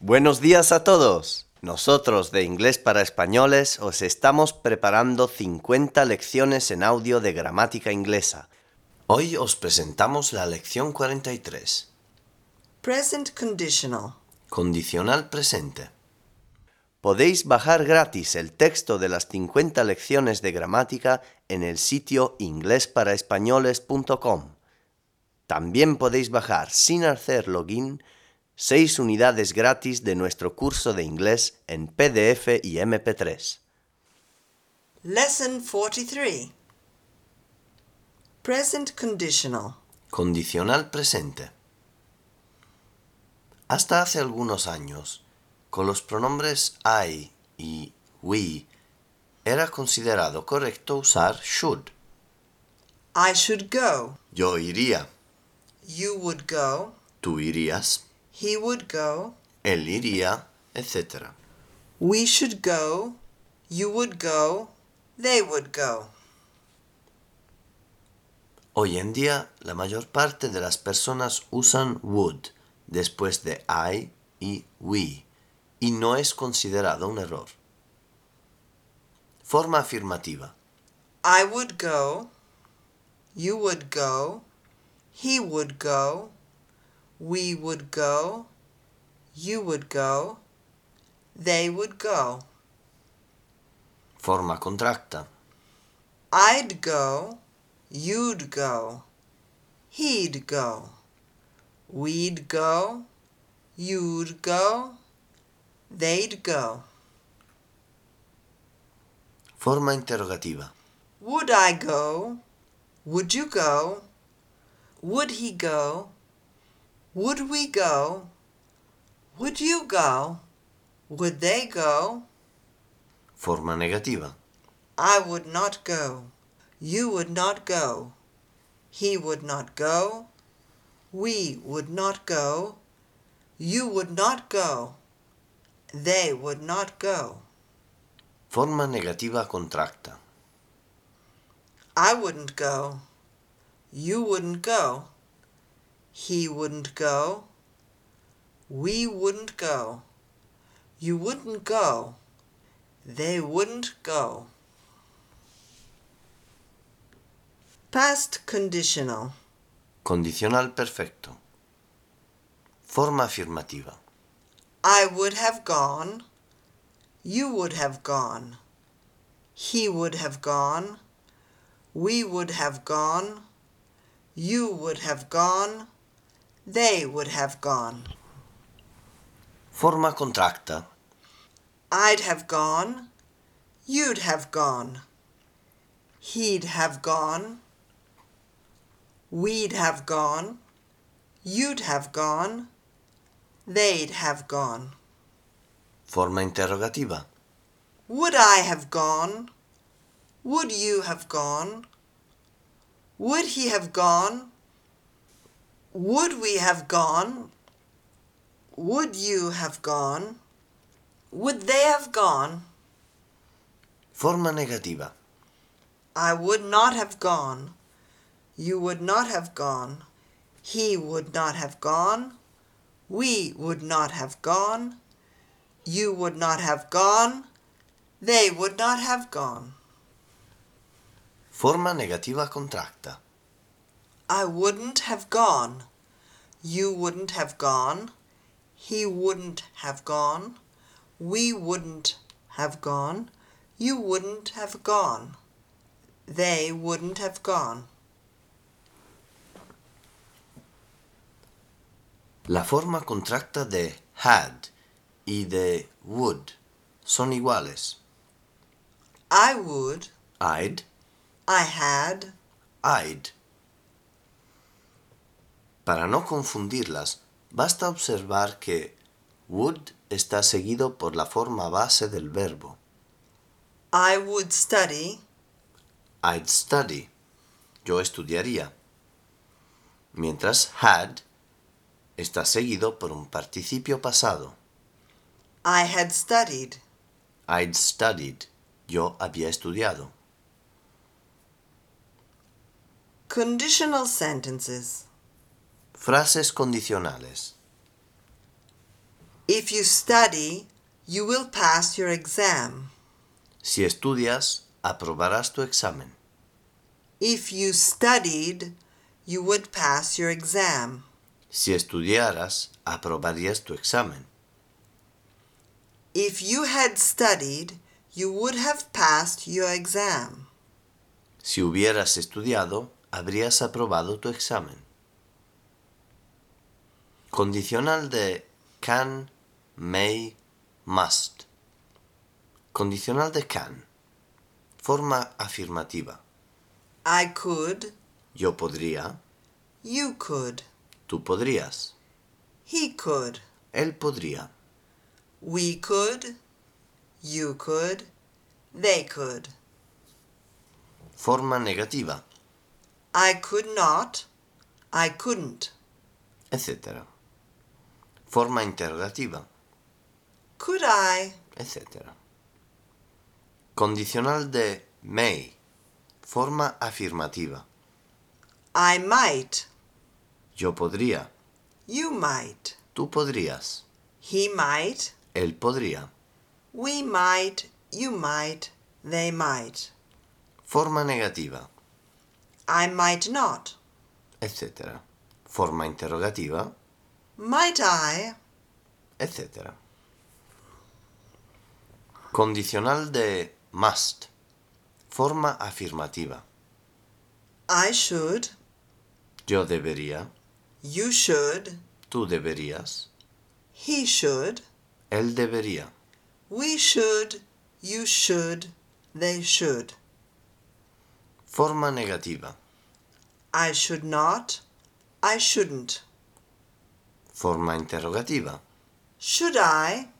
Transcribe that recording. Buenos días a todos. Nosotros de Inglés para Españoles os estamos preparando 50 lecciones en audio de gramática inglesa. Hoy os presentamos la lección 43, Present conditional. condicional presente. Podéis bajar gratis el texto de las 50 lecciones de gramática en el sitio inglesparaespañoles.com. También podéis bajar sin hacer login 6 unidades gratis de nuestro curso de inglés en PDF y MP3. Lesson 43. Present conditional. Condicional presente. Hasta hace algunos años, con los pronombres I y we, era considerado correcto usar should. I should go. Yo iría, You would go. tú irías, He would go. él iría, etc. We should go. You would go. They would go. Hoy en día, la mayor parte de las personas usan would después de I y we, y no es considerado un error. Forma afirmativa. I would go. You would go. He would go. We would go. You would go. They would go. Forma contracta. I'd go, you'd go, he'd go, we'd go, you'd go, they'd go. Forma interrogativa. Would I go? Would you go? Would he go? Would we go? Would you go? Would they go? Forma negativa. I would not go. You would not go. He would not go. We would not go. You would not go. They would not go. Forma negativa contracta. I wouldn't go. You wouldn't go. He wouldn't go. We wouldn't go. You wouldn't go. They wouldn't go. Past conditional. Condicional perfecto. Forma afirmativa. I would have gone. You would have gone. He would have gone. We would have gone. You would have gone. They would have gone. Forma contracta. I'd have gone. You'd have gone. He'd have gone. We'd have gone. You'd have gone. They'd have gone. Forma interrogativa. Would I have gone? Would you have gone? Would he have gone? Would we have gone? Would you have gone? Would they have gone? Forma negativa. I would not have gone. You would not have gone. He would not have gone. We would not have gone. You would not have gone. They would not have gone. Forma negativa contracta. I wouldn't have gone. You wouldn't have gone. He wouldn't have gone. We wouldn't have gone. You wouldn't have gone. They wouldn't have gone. La forma contracta de had y de would son iguales. I would. I'd, I had. I'd. Para no confundirlas, basta observar que would está seguido por la forma base del verbo. I would study. I'd study. Yo estudiaría. Mientras had está seguido por un participio pasado. I had studied. I'd studied. Yo había estudiado. Conditional sentences. Frases condicionales. If you study, you will pass your exam. Si estudias, aprobarás tu examen. If you studied, you would pass your exam. Si estudiaras, aprobarías tu examen. If you had studied, you would have passed your exam. Si hubieras estudiado, habrías aprobado tu examen. Condicional de can, may, must. Condicional de can. Forma afirmativa. I could, Yo podría, you could, tú podrías, he could, él podría, we could, you could, they could. forma negativa, I could not, I couldn't, etc. Forma interrogativa, could I, etc. Condicional de may. Forma afirmativa. I might, Yo podría, you might, tú podrías, he might, él podría. we might, you might, they might. Forma negativa, I might not, etc. Forma interrogativa, might I, etc. Condicional de must. Forma afirmativa. I should, Yo debería, you should, tú deberías, he should, él debería. we should, you should, they should. Forma negativa, I should not, I shouldn't. forma interrogativa, Should I,